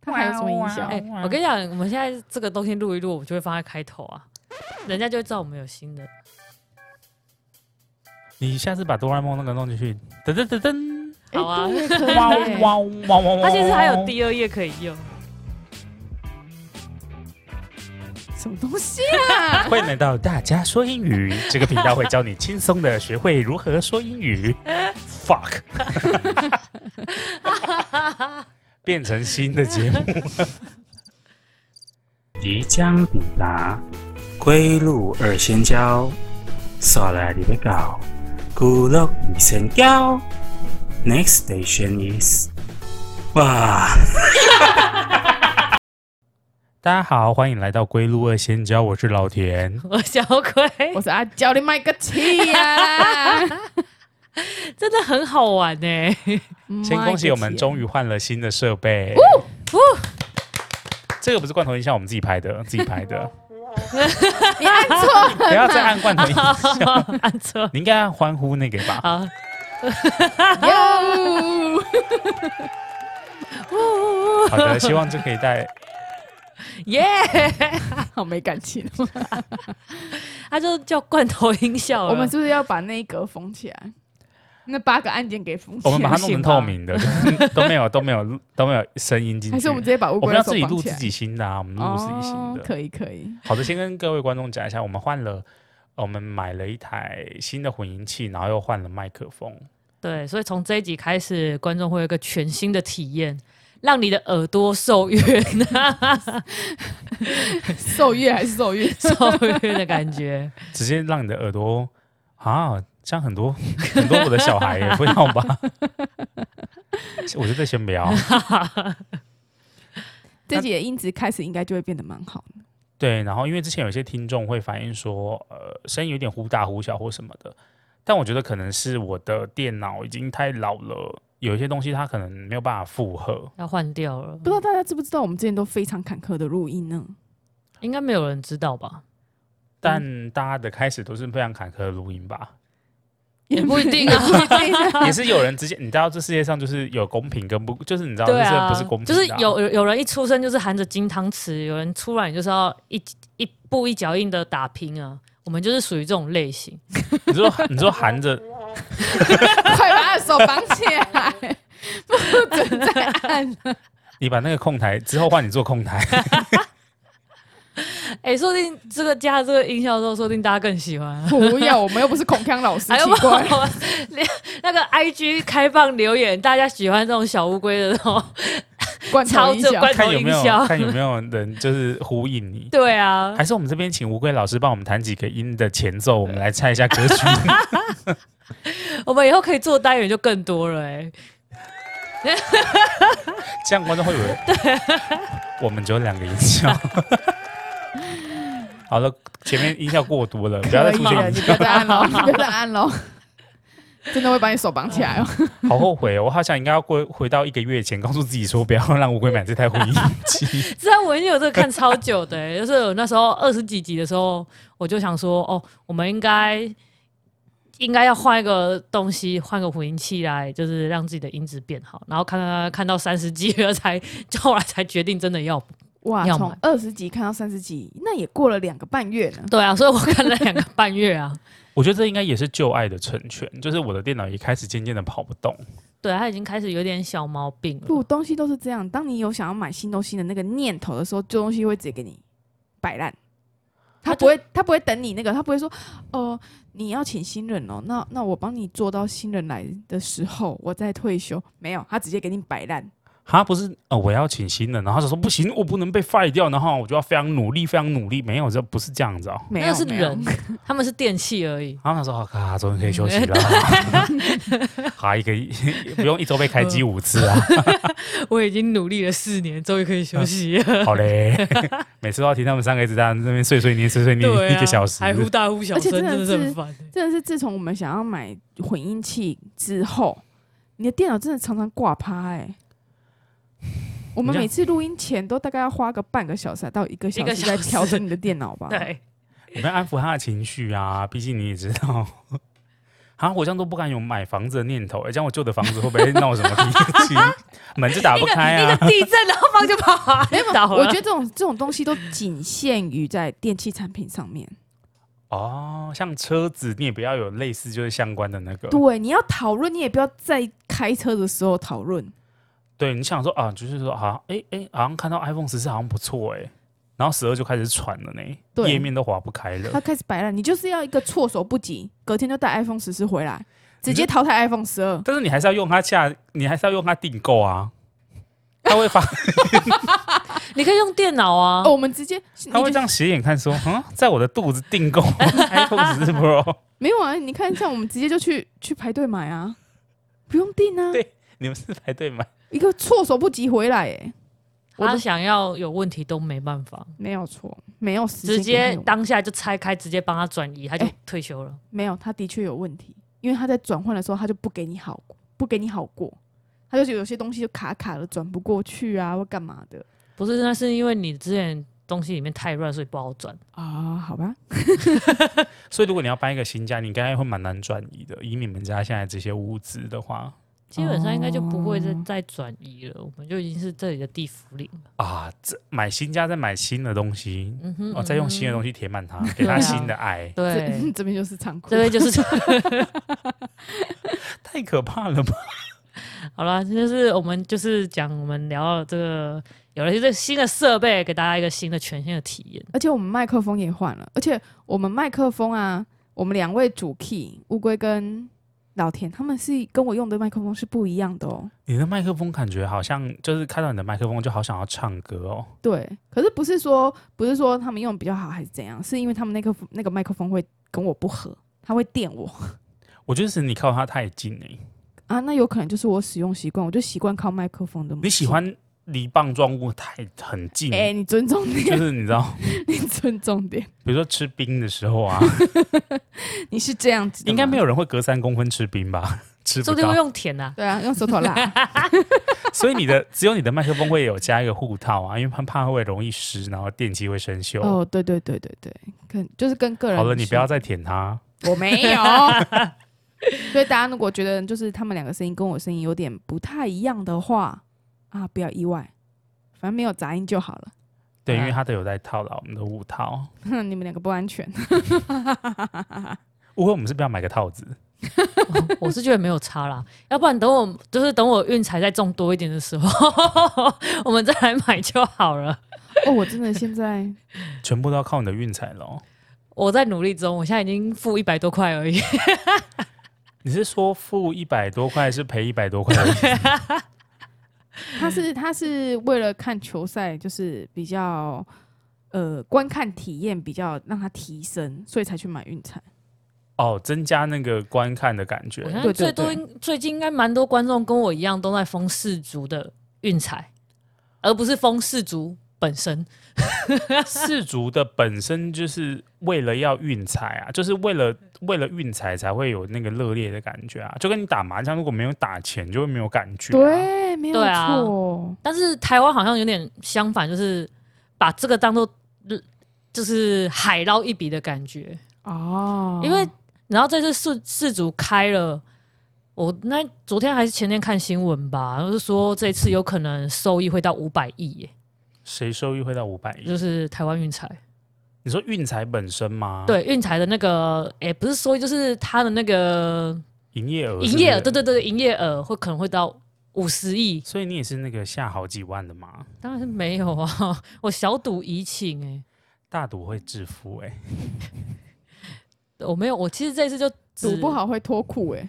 它还有什么影响？哎、我跟你讲，我们现在这个东西录一录，我们就会放在开头啊，人家就会知道我们有新的。你下次把哆啦 A 梦那个弄进去，噔噔噔噔，好啊，哇哇哇哇哇！它其实还有第二页可以用。什么东西？欢迎来到大家说英语这个频道，会教你轻松的学会如何说 英语。Fuck，变成新的 节目，即将抵达归路二仙交，刷来你要到孤路二仙交。Next station is，哇！大家好，欢迎来到归路二仙交，我是老田。我小鬼我是阿娇，你卖个啊气呀！真的很好玩欸呢、 先恭喜我们终于换了新的设备。这个不是罐头音效，我们自己拍的，自己拍 的。你按错了， 不要再按罐头音效，按错你应该按欢呼那个 吧？啊，啊哟好的，希望这可以 带。 耶、 好没感情。它就叫罐头音效了。我们是不是要把那一格封起来？那八个按键给封起我来，们把它弄成透明的， 都没有都没有都没有声音进还去是我。们直接把乌我龟们的要手自己绑录起自来己新的啊，我们录自己新哦的。可以可以。好的，先跟各位观众讲一下，我们换了，我们买了一台新的混音器，然后又换了麦克风。对，所以从这一集开始，观众会有一个全新的体验，让你的耳朵受孕、啊 受月还是受 月？受孕的感觉。直接让你的耳朵啊，像很多很多我的小孩也不要吧？ 我觉得先不要。这集的音质开始应该就会变得蛮好的。对，然后因为之前有一些听众会反映说，呃，声音有点忽大忽小或什么的，但我觉得可能是我的电脑已经太老了，有一些东西它可能没有办法负荷。要换掉了不，知道大家知不知道，我们之前都非常坎坷的录音呢。应该没有人知道吧？嗯但大家的开始都是非常坎坷的录音吧，也不一定啊，也是有人直接，你知道这世界上就是有公平跟不，就是你知道对这啊，不是公平、就是有有有人一出生就是含着金汤匙，有人出来你就是要一一步一脚印的打拼啊。我们就是属于这种类型，你说你说含着 快把他的手绑起 来，不准再按。你把那个控台之后换你做 控台，哎、说不定这个加了这个音效之后，说不定大家更喜欢。啊不要，我们又不是孔锵老师，哎还 有奇不好 怪。玩？ 那个 I G 开放留言，大家喜欢这种小乌龟的这种，罐头音超响正，罐看有没有音效。看有没有人就是呼应你对啊，还是我们这边请乌龟老师帮我们弹几个音的前奏，我们来猜一下歌曲。我们以后可以做单元就更多了哎、这样观众会以 为我们只有两个音效。 好了，前面音效过多 了，不要再出可以了现音你效。不要再按了，你不要再按了， 真的会把你手绑起来哦。好后悔、哦，我好想应该要回回到一个月前，告诉自己说不要让乌龟买这台回 音机。知道我已经有这个看超久的、欸，就是我那时候二十几集的时候，我就想说，哦，我们应该应该要换一个东西，换个混音器来，就是让自己的音质变好。然后看看看看到三十集了才， 后来才决定真的要。 哇，要从买二十集看到三十集，那也过了两个半月呢。对啊，所以我看了两个半月啊。 我觉得这应该也是旧爱的成全，就是我的电脑也开始渐渐的跑不动。对，它已经开始有点小毛病了。不，东西都是这样。当你有想要买新东西的那个念头的时候，旧东西会直接给你摆烂。他它不就会，他不会等你那个，他不会说，呃，你要请新人哦，那那我帮你做到新人来的时候，我再退休。没有，他直接给你摆烂。他不是呃，我要请新人，然后他说不行，我不能被 fire 掉，然后我就要非常努力，非常努力。没有，这不是这样子哦。没那有，个是没有人，他们是电器而 已。然后他说：“好、啊，终于可以 休息了，好一个不用一周被开机五次啊，我已经努力了四年，终于可以休息了。 好 嘞。每次都要听他们三个一直在那边碎碎念、碎碎念对啊，一个小时，还忽大忽小而且声，真的真的是很是烦欸、真的是自从我们想要买混音器之后，你的电脑真的常常挂趴哎、我们你这样每次录音前都大概要花个半个小时到一个小一个时小在时调整你的电脑吧。 对，我们要安抚他的情绪啊。毕竟你也知道，啊，我这样都不敢有买房子的念头，哎、这样我旧的房子会不会闹什么脾 气？门就打不开一啊！个地震，然后房就跑，没有 倒了。我觉得这种这种东西都仅限于在电器产品上面。哦，像车子你也不要有类似就是相关的那个，对，你要讨论，你也不要在开车的时候讨论。对，你想说啊，就是说好像哎哎，好像看到 iPhone 十四好像不错哎、然后十二就开始喘了呢，对页面都划不开他了。开始摆烂，你就是要一个措手不及，隔天就带 iPhone 十四回来，直你接就淘汰 iPhone 十二。但是你还是要用它下，你还是要用它订购啊，他会发，你可以用电脑啊哦，，我们直接你 他会就这样斜眼看说，嗯，在我的肚子订 购 iPhone 十四 Pro，没有啊？你看，像我们直接就去去排队买 啊，不用订啊，对 你们是排队买？一个措手不及回来、欸，我他的想要有问题都没办法，没有错，没有时间直给接你玩当下就拆开，直接帮他转移，他就哎退休了。没有，他的确有问题，因为他在转换的时候，他就不给你好，不给你好过，他就是有些东西就卡卡的，转不过去啊，或干嘛的不是，那是因为你之前东西里面太乱，所以不好转。啊？好吧，所以如果你要搬一个新家，你应该会蛮难转移的。以你们家现在这些物资的话，基本上应该就不会再哦再转移了，我们就已经是这里的地府领了。啊，这买新家再买新的东西，嗯哼，嗯哦，再用新的东西。西填 满它，给对啊它新的爱，对 这， 这边就是仓库，这边就是 这太可怕了吧？好了，这就是我们就是讲我们聊到这个有了这个新的设备，给大家一个新的全新的体验。而且我们麦克风也换了，而且我们麦克风啊，我们两位主 key 乌龟跟老田，他们是跟我用的麦克风是不一样的哦。你的麦克风感觉好像就是看到你的麦克风就好想要唱歌哦。对，可是不是说不是说他们用得比较好还是怎样，是因为他们那个那个麦克风会跟我不合，它会电我我觉得是你靠它太近哎、啊，那有可能就是我使用习惯，我就习惯靠麦克风的。你喜？欢离棒状物太很近，哎、你尊重就点， 是你知道，你尊重点，比如说吃冰的时候啊，你是这样子的吗应该没。有人会隔三公分吃冰吧？ 吃说不不定会到，用甜的、啊，对啊，用手头 拉。所以你的只有你的麦克风会有加一个护套啊，因为怕怕会容易湿，然后电器会生锈。哦，对对对对对，跟就是跟个人。好了，你不要再舔它。我没 有。所以大家如果觉得就是他们两个声音跟我声音有点不太一样的话，啊，不要意外，反正没有杂音就好了。 对，啊因为它都有在套牢我们的五套。哼，你们两个不安全。误会，我们是不是要买个套子？我是觉得没有差啦。要不然等我就是等我运财再种多一点的时候， 我们再来买就好了。哦，我真的现在 全部都要靠你的运彩喽。我在努力中，我现在已经付一百多块而已。你是说付一百多块是赔一百多块而已？ 他是他是为了看球赛，就是比较呃观看体验比较让他提升，所以才去买运彩。哦，增加那个观看的感我觉现在对对最多对应最近应该蛮多观众跟我一样都在封氏族的运财，而不是封氏族本身。四足的本身就是为了要运彩啊， 就是为了为了运彩才会有那个热烈的感觉啊。就跟你打麻将，如果没有打钱，就会没有感觉、啊。对，没有对啊错。但是台湾好像有点相反，就是把这个当做就是海捞一笔的感觉，哦，因为然后这次世世足开了。我那昨天还是前天看新闻吧，就是说这次有可能收益会到五百亿耶，谁收益会到五百亿就？是台湾运财啊你说运彩本身吗？，对运财的那个，哎、不是收益，就是它的那个营业额是不是，营业额，对对对，营业额会可能会到五十亿，所以你也是那个下好几万的嘛，当然是没有啊， 我小赌怡情哎、大赌会致富哎、我没有，我其实这一次就赌只不，好会脱裤哎。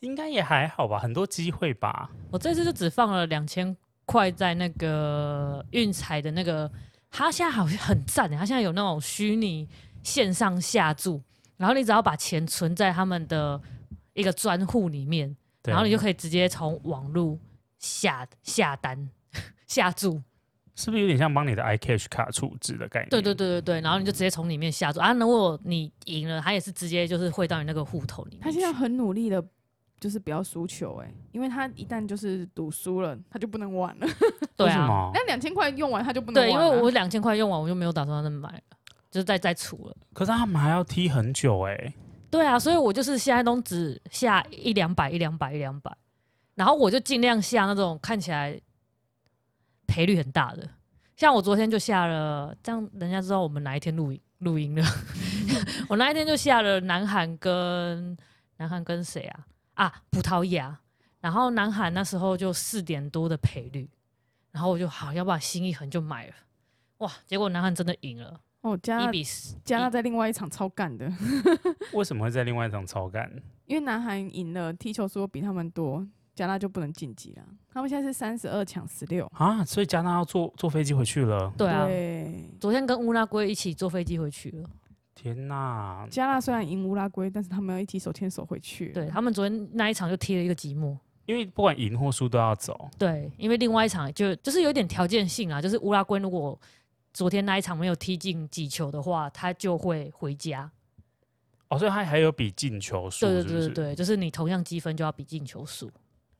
应该也还好吧，很多机会吧。我这次就只放了两千块在那个运彩的那个，它现在好像很赞、欸，它现在有那种虚拟线上下注，然后你只要把钱存在他们的一个专户里面，对啊然后你就可以直接从网络下下单下注，是不是有点像帮你的 iCash 卡储值的概念？对对对对对，然后你就直接从里面下注啊。如果你赢了，它也是直接就是汇到你那个户头里面去。他现在很努力的，就是不要输球哎，因为他一旦就是赌输了，他就不能玩 了。对为什啊，么？那两千块用完他啊就不能对，玩因了。为我两千块用完，我就没有打算再买了，就是再再储了。可是他们还要踢很久哎、对对啊，所以我就是现在都只下一两百、一两百、一两百，然后我就尽量下那种看起来赔率很大的。像我昨天就下了，这样人家知道我们哪一天录影录音了。 我那一天就下了南韩跟南韩跟谁啊？啊，葡萄牙。然后南韩那时候就四点多的赔率，然后我就好，要不然心一横就买了。哇，结果南韩真的赢了，哦，加一纳比十。加纳在另外一场超干的，为什么会在另外一场超干？因为南韩赢了，踢球数比他们多，加纳就不能晋级了。他们现在是三十二抢十六，啊，所以加纳要坐坐飞机回去了。对啊，对，昨天跟乌拉圭一起坐飞机回去了。嗯天哪！加纳虽然赢乌拉圭，但是他们要一起手牵手回去。对他们昨天那一场就踢了一个寂寞。因为不管赢或输都要走，对，因为另外一场就就是有点条件性啊，就是乌拉圭如果昨天那一场没有踢进几球的话，他就会回家。哦，所以他还有比进球数，对对是不对是嗯对对，就是你同样积分就要比进球数。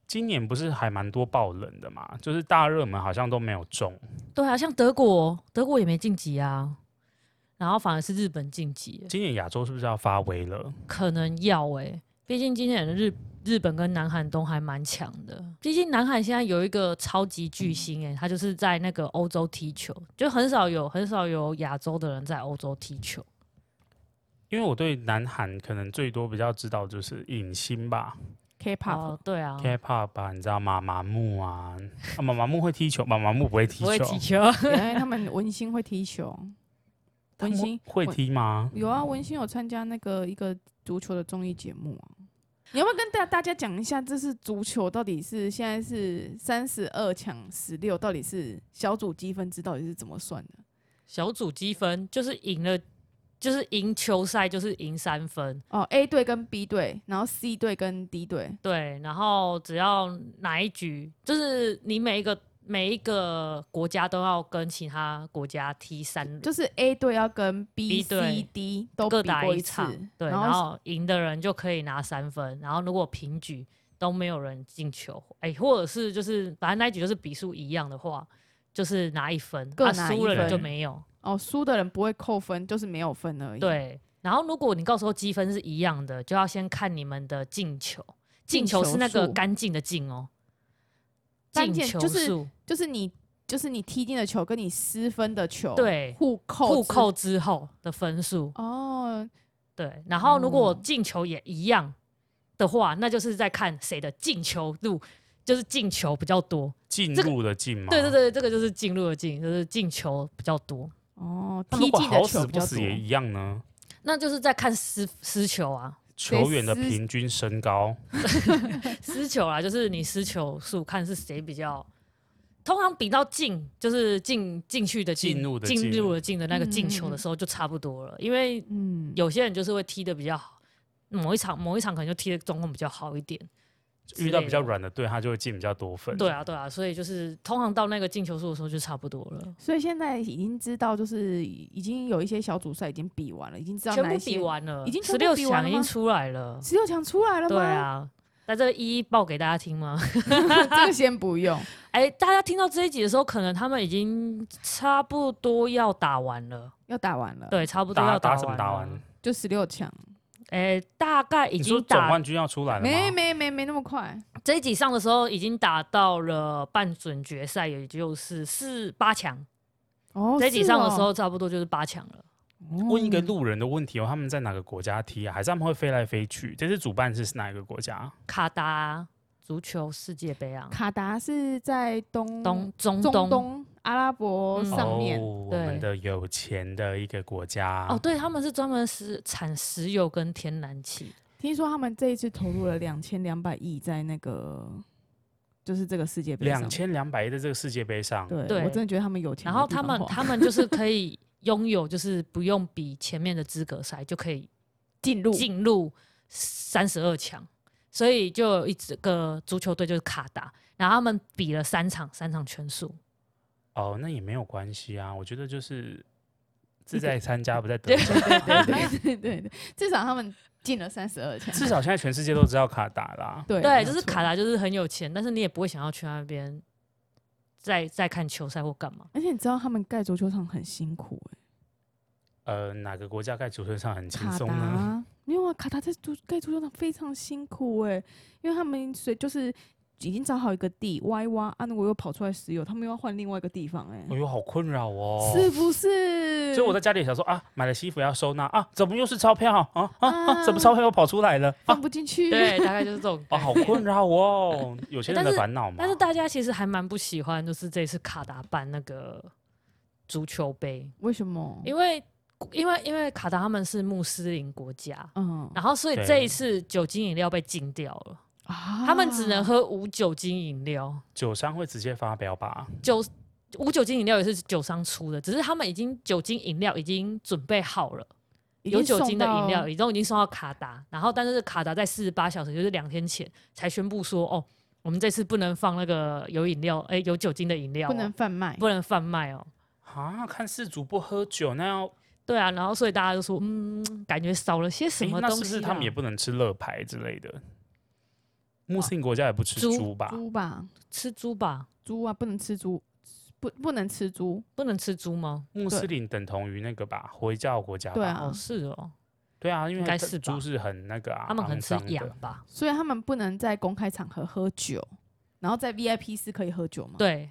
今年不是还蛮多爆冷的嘛，就是大热门好像都没有中。对啊，像德国，德国也没晋级啊，然后反而是日本晋级了，今年亚洲是不是要发威了？可能要诶、毕竟今年的日日本跟南韩都还蛮强的。毕竟南韩现在有一个超级巨星诶、他就是在那个欧洲踢球，就很少有很少有亚洲的人在欧洲踢球。因为我对南韩可能最多比较知道就是影星吧、 ，K-pop、哦，对啊， K-pop 吧，你知道吗？麻木啊，啊麻麻木会踢球，麻麻木不会踢不会球，踢球。 原来他们文心会踢球， 他文们心会踢吗？有啊，文心有参加那个一个足球的综艺节目啊。你要不要跟大大家讲一下，这是足球到底是现在是三十二抢十六，到底是小组积分制到底是怎么算的？小组积分就是赢了，就是赢球赛就是赢三分，哦，A 队跟 B 队，然后 C 队跟 D 队，对。然后只要哪一局，就是你每一个每一个国家都要跟其他国家踢三轮，就是 A 队要跟 B、 B 队 C、D 都各比打过一次场，，对。然然后赢的人就可以拿三分，然后如果平局都没有人进球，哎、或者是就是反正那一局就是比数一样的话，就是拿一分，各啊拿输一了你就分没有，哦，输的人不会扣分，就是没有分而已。，对，然后如果你到时候积分是一样的，就要先看你们的进球，进进球球是那个数干净的净哦，干进净球就是数就是你就是你踢进的球跟你失分的球，，对互扣互之扣之后的分数，哦，对，然后如果哦进球也一样的话，那就是在看谁的进球路。就是进球比较多，进这个入的进吗？对对对，这个就是进入的进，就是进球比较多，哦，那踢如果进的好球死比不较死多。也一样呢？那就是在看失失球啊，球员的谁撕平均身高，失球啦，就是你失球数看是谁比较，通常比到进就是进进去的进进入的进进入的进的那个嗯进球的时候就差不多了，因为嗯，有些人就是会踢的比较好，某一场某一场可能就踢的状况比较好一点，遇到比较之类的。软的队，他就会进比较多分。对啊，对啊，所以就是通常到那个进球数的时候就差不多了，所以现在已经知道，就是已经有一些小组赛已经比完了，已经知道全哪部一比些完了，已经十全六部比完强了已经吗出来了，十六强出来了吗？对，啊，那这个一一报给大家听吗？这个先不用。哎、大家听到这一集的时候，可能他们已经差不多要打完了。要打完了，，对，差不多打要打完什么了打完？就十六强，诶、大概已你说经总打冠军要出来了没吗？没没没那么快，这一集上的时候，已经打到了半准决赛，也就是四八强。哦，这一集是上的哦时候，差不多就是八强了。问一个路人的问题哦，他们在哪个国家踢啊？还是他们会飞来飞去？这次主办是哪一个国家？卡达足球世界杯啊，卡达是在东东中中东东阿拉伯嗯上面哦，，我对们的有钱的一个国啊家哦，对，他们是专门是产石油跟天然气。听说他们这一次投入了两千两百亿在那个就是这个世界杯上，两千两百亿在这个世界杯上，对对我真的觉得他们有钱然的地方哦后花，他们他们就是可 以拥有，就是不用比前面的资格赛就可以进入 进入三十二强，所以就有一支个足球队就是卡达，然后他们比了三场，三场全输。哦，那也没有关系啊。我觉得就是一志个在参加，不 在得奖。对对对对，至少他们进了三十二强，至少现在全世界都知道卡达啦。对对，就是卡。没有错达就是很有钱，但是你也不会想要去那边再再看球赛或干 嘛。而且你知道他们盖足球场很辛苦哎、呃，哪个国家盖足球场很轻卡松呢？达 没有啊，卡达在足盖足球场非常辛苦哎、因为他们所以就是已经找好一个地歪挖啊，如果又跑出来石油，他们又要换另外一个地方哎、哎呦，好困扰哦。是不是？所以我在家里想说啊，买了西服要收纳啊，怎么又是钞票嗯啊啊啊！怎么啊钞票又跑出来了啊放不进去。对，大概就是这种 啊？概好念困扰哦，有些人的烦恼嘛。哦但是大家其实还蛮不喜欢，就是这次卡达办那个足球杯，为什么？为因为因为因为卡达他们是穆斯林国家，嗯然后所以对这一次酒精饮料被禁掉了，啊他们只能喝无酒精饮料，酒商会直接发飙吧？酒无酒精饮料也是酒商出的，只是他们已经酒精饮料已经准备好了。已有经酒送精的饮料到已经已经送到卡达，然后但是卡达在四十八小时，就是两天前才宣布说，哦，我们这次不能放那个有饮料，哎、有酒精的饮料、哦，不能贩卖。不能贩卖哦。啊，看世主不喝酒，那要对啊，然后所以大家就说，嗯，感觉少了些什诶么那东是西、不啊是他们也不能吃乐牌之类的？穆斯林国家也不吃猪猪吧？猪吧，吃猪吧？猪啊，不能吃猪，不不能吃猪。不能吃猪吗？穆斯林等同于那个吧，回教国家吧？对啊哦，是哦，对啊，因为应该它是吧猪是很那个啊，他们可能肮吃脏的羊吧？所以他们不能在公开场合喝酒，然后在 VIP 室可以喝酒吗？，对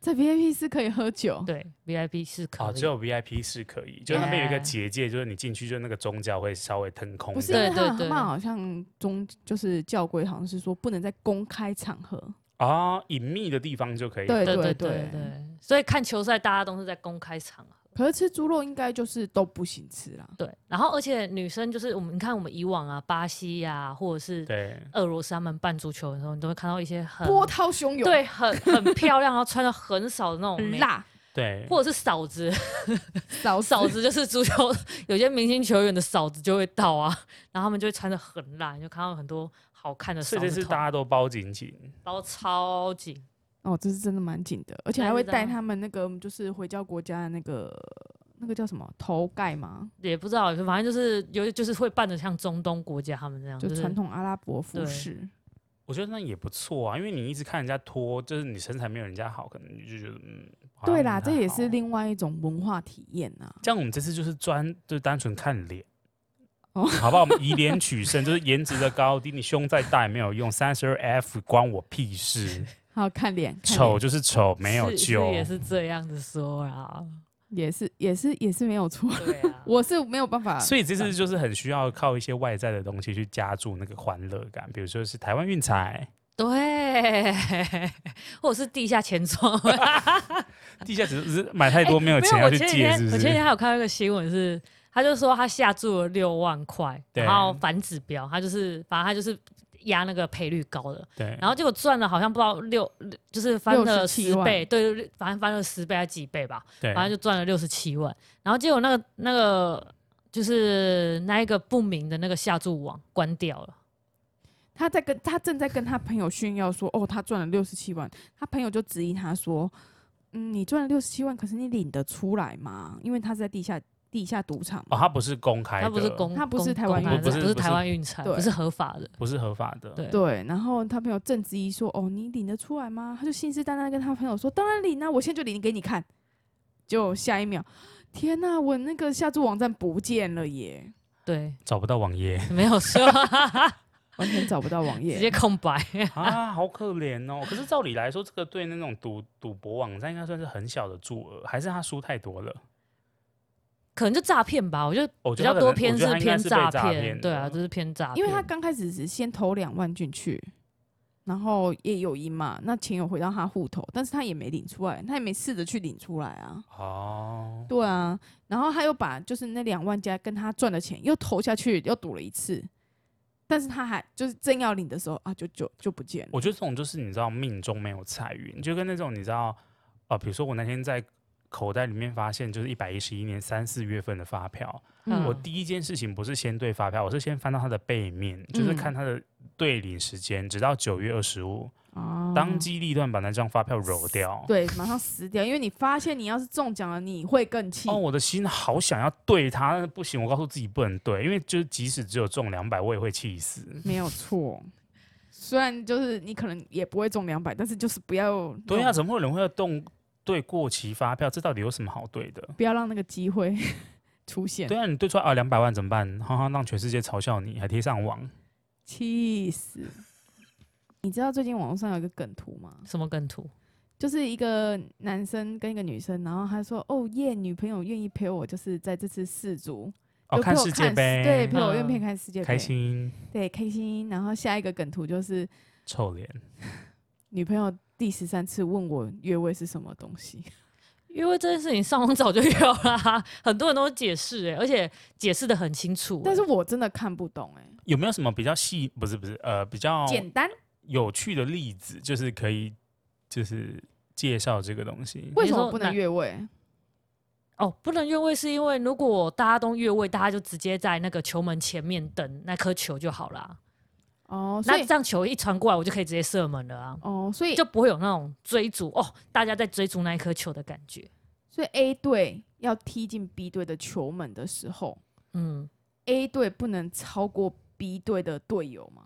在 VIP 室可以喝酒。对，VIP 是可以。哦，只有 VIP 是可以，就是那边有一个 Yeah 结界，就是你进去，就是那个宗教会稍微腾空不是，这因为样对他对他们好像中就是教规好像是说不能在公开场合，啊，隐秘的地方就可以。对对对对对对，所以看球赛大家都是在公开场合。啊可是吃猪肉应该就是都不行吃啦。对，然后而且女生就是我们，你看我们以往啊，巴西呀、或者是对俄罗斯他们办足球的时候，你都会看到一些很波涛汹涌，，嗯对很很漂亮，然后穿的很少的那种很妹，辣，哦对，或者是嫂子，少嫂子就是足球有些明星球员的嫂子就会到啊，然后他们就会穿的很辣，你就看到很多好看的嫂甚至子是头大家都包紧紧，包超紧，哦，这是真的蛮紧的，而且对还会是的带他们那个就是回教国家的那个那个叫什么头盖嘛，也不知道，反正就是有就是会扮的像中东国家他们那样，就就是传统阿拉伯嗯对服饰。我觉得那也不错啊，因为你一直看人家脱，就是你身材没有人家好，可能你就觉得嗯。好像对不啦，太这也好哦是另外一种文化体验呐、这样我们这次就是专就单纯看脸，哦好不好？我们以脸取胜，就是颜值的高低，你胸再大也没有用，三十二 F 关我屁事，好看脸，看丑脸就是丑，没有是是救。也是这样子说啊，也是也是也是没有错， 对啊，我是没有办法。所以这次就是很需要靠一些外在的东西去加注那个欢乐感，比如说是台湾运彩，对，或者是地下钱庄。 地下只是只是买太多 没有哎没钱有，要我去前几借，天是不我前几天是？还有看到一个新闻是，他就说他下注了六万块，对然后反指标，他就是反正他就是压那个赔率高的，对，然后结果赚了好像不知道六，就是翻了67十万倍，对，反正翻了十倍还几倍吧，对，反正就赚了六十七万，然后结果那个那个就是那一个不明的那个下注网关掉了。他在跟他正在跟他朋友炫耀说，哦，他赚了六十七万。他朋友就质疑他说，嗯，你赚了六十七万，可是你领得出来吗？因为他是在地下地下赌场哦，嘛。它不是公开的，它不是公，它不是公台湾公开运的彩不不是是不台是湾运彩，对不是合法的。不是合法的，对对，然后他朋友正质疑说：“哦，你领得出来吗？”他就信誓旦旦地跟他朋友说：“当然领啊，我现在就领给你看。”就下一秒，天呐，我那个下注网站不见了耶，对，找不到网 页没有说， 完全找不到网页， 直接空白。啊，好可怜哦。可是照理来说，这个对那种赌赌博网站应该算是很小的注额，还是他输太多了？可能就诈骗吧，我觉得哦我比觉较得他可多能偏我觉得他应该偏是被诈诈骗骗，对啊，的就是偏诈骗，因为他刚开始只先投两万进去，然后也有赢嘛，那钱有回到他户头，但是他也没领出来，他也没试着去领出来啊。哦，对啊，然后他又把就是那两万加跟他赚的钱又投下去，又赌了一次，但是他还就是正要领的时候啊，就就就不见了。我觉得这种就是你知道命中没有彩云，就跟那种你知道啊、呃比如说我那天在口袋里面发现就是一百一十一年三四月份的发票，嗯我第一件事情不是先对发票，我是先翻到它的背面，就是嗯看它的对领时间，直到九月二十五，哦当机立断把那张发票揉掉。对，马上死掉，因为你发现你要是中奖了，你会更气。哦，我的心好想要对它，但是不行，我告诉自己不能对，因为就是即使只有中两百，我也会气死。没有错，虽然就是你可能也不会中两百，但是就是不要对那啊，种怎么会有人会动对过期发票？这到底有什么好对的？不要让那个机会 出现对，啊，你对出来啊两百万怎么办？哈哈，让全世界嘲笑你，还贴上网。气死！你知道最近网络上有一个梗图吗？什么梗图？就是一个男生跟一个女生，然后他说：“哦耶，女朋友愿意陪我，就是在这次世足，哦，就陪看我世界杯，对，陪我嗯愿意看世界杯，开，心，对，开心。”然后下一个梗图就是臭脸，女朋友第十三次问我越位是什么东西，因为这件事情上网早就有啦，很多人都解释哎、而且解释的很清楚欸、但是我真的看不懂哎、有没有什么比较细？不是不是，呃，比较简单，有趣的例子，就是可以就是介绍这个东西。为什么说不能那越位？哦，不能越位是因为如果大家都越位，大家就直接在那个球门前面等那颗球就好啦。哦，所那以这样球一传过来，我就可以直接射门了啊，哦，所以就不会有那种追逐哦，大家在追逐那一颗球的感觉。所以 A 队要踢进 B 队的球门的时候嗯， ，A 队不能超过 B 队的队友吗？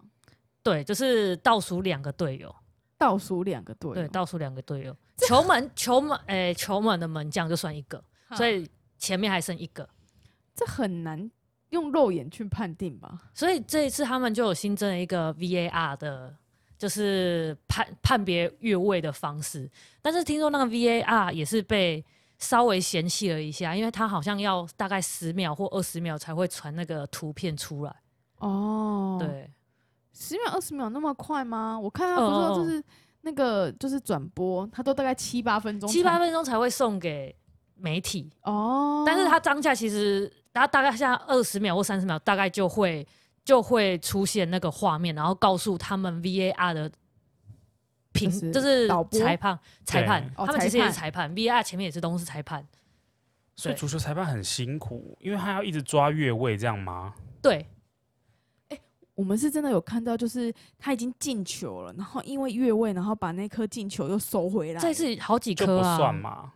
对，就是倒数两个队友，倒数两个队友，对，倒数两个队友，球门球门诶、球门的门将就算一个，啊所以前面还剩一个。这很难用肉眼去判定吧？所以这一次他们就有新增了一个 VAR 的，就是判判别越位的方式。但是听说那个 VAR 也是被稍微嫌弃了一下，因为他好像要大概十秒或二十秒才会传那个图片出来。哦，，对，十秒二十秒那么快吗？我看他不是说嗯嗯嗯就是那个就是转播，他都大概七八分钟才，七八分钟才会送给媒体，哦，但是他当下其实他大概下二十秒或三十秒，大概就会就会出现那个画面，然后告诉他们 VAR 的评就是就是导播裁判裁判，哦他们其实裁也判是裁判，VAR 前面也是都是裁判，所以对足球裁判很辛苦，因为他要一直抓越位，这样吗？对我们是真的有看到，就是他已经进球了，然后因为越位，然后把那颗进球又收回来，这次好几就颗不算啊。嘛。